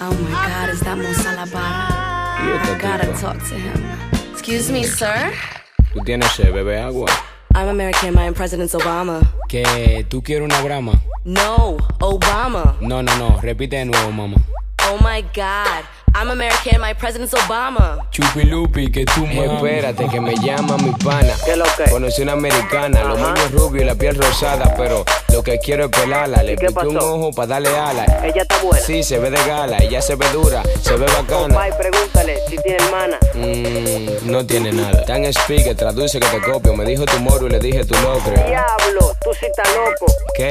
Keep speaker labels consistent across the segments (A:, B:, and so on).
A: Oh my god, is that Mo Salabara?
B: Y esta
A: I gotta
B: tipa.
A: talk to him. Excuse me, sir?
B: Tú tienes sed, bebe agua.
A: I'm American, I am President Obama.
B: Que tú quieres una brama.
A: No, Obama.
B: No, no, no. Repite de nuevo, mamá.
A: Oh my god, I'm American, my President Obama.
B: Chupilupi, que tú me Eh, Espérate, que me llama mi pana.
C: ¿Qué lo que?
B: Conocí una americana, los
C: Ajá.
B: moños rubios y la piel rosada, pero lo que quiero es pelarla. Le
C: qué
B: piqué un
C: pasó?
B: ojo para darle ala.
C: Ella está buena.
B: Sí, se ve de gala, ella se ve dura, se ve bacana.
C: Compay, pregúntale si tiene hermana.
B: Mm, no tiene nada. Tan speaker, traduce que te copio. Me dijo tu moro y le dije tu locre.
C: Diablo, tú sí estás loco.
B: ¿Qué?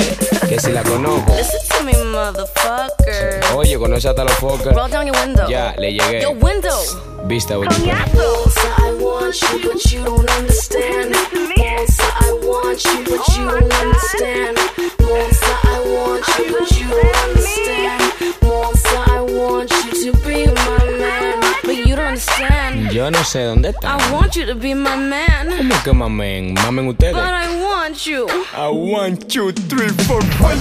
B: Que si la conozco.
A: Listen to me, motherfucker.
B: Oye, conoce hasta los focas.
A: Roll down your window.
B: Ya, le llegué.
A: Your window.
B: Vista, bonita.
A: Balls I want you, but you don't understand. Balls I want you, but you don't understand. Balls I want you, but you don't understand. Balls I want you to be my man, but you don't understand.
B: Yo no sé dónde está.
A: I want you to be my man,
B: ¿Cómo que mamen? Mamen ustedes.
A: but I want you.
B: I want you three, four, five.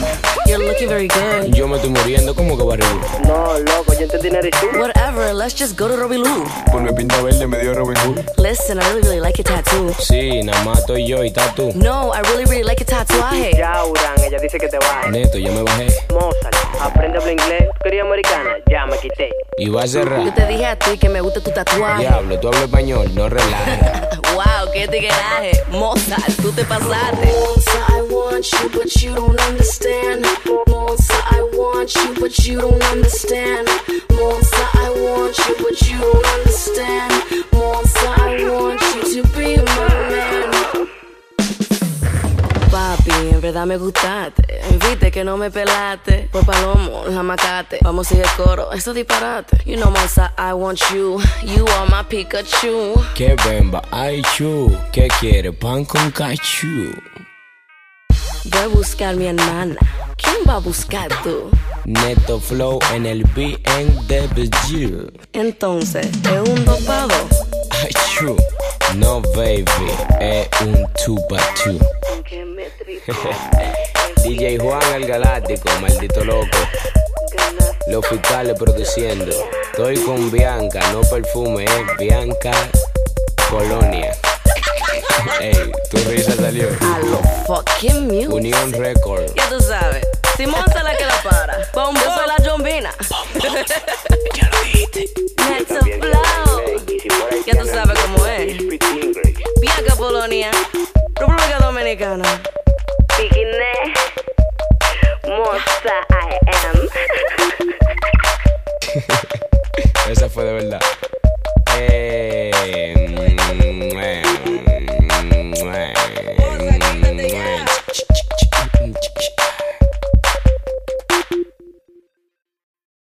A: You're looking very good.
B: Yo me estoy muriendo como que barrigudo.
C: No, loco, yo entendí eres tú.
A: Whatever, let's just go to Robbie Lou.
B: Por mi pinta verde me dio Robin Hood.
A: Listen, I really, really like your tattoo.
B: Sí, nada más estoy yo y está tú.
A: No, I really, really like your tatuaje.
C: Ya, Urán, ella dice que te bajes.
B: Neto, yo me bajé
C: Mozart, aprende a hablar inglés. Tú querías americana, ya me quité.
B: y va a
A: Yo
B: cerrar.
A: te dije a ti que me gusta tu tatuaje.
B: Diablo, tú hablas español, no relajes.
A: Wow, qué tigueraje. Mozart, tú te pasaste.
D: Monster, I want you, but you don't understand. Monster, I want you, but you don't understand. Monster, I want you, but you don't understand. Monster, I want you to be my man.
A: Papi, en verdad me gustaste. Viste que no me pelaste. Por palomo, jamacate. Vamos y el coro, eso es disparate. You know, Mozart, I want you. You are my Pikachu.
B: Qué bemba, ay chu. ¿Qué quiere? Pan con cachú.
A: Voy a buscar mi hermana. ¿Quién va a buscar tú?
B: Neto Flow en el BNW.
A: Entonces, es un dopado.
B: Ay chu. No, baby, es un two by two. DJ Juan el Galáctico, maldito loco. Los fiscales produciendo. Estoy con Bianca, no perfume, es Bianca Colonia. Ey, tu risa salió.
A: A lo fucking music.
B: Unión Record.
A: Ya tú sabes. Simón es la que la para. Bombo soy la jombina. Next up flow. Ya tú sabes cómo es. Bianca Polonia. República Dominicana.
D: Beginner, monster, I am.
B: Esa fue de verdad. Eh, mm, eh. eh.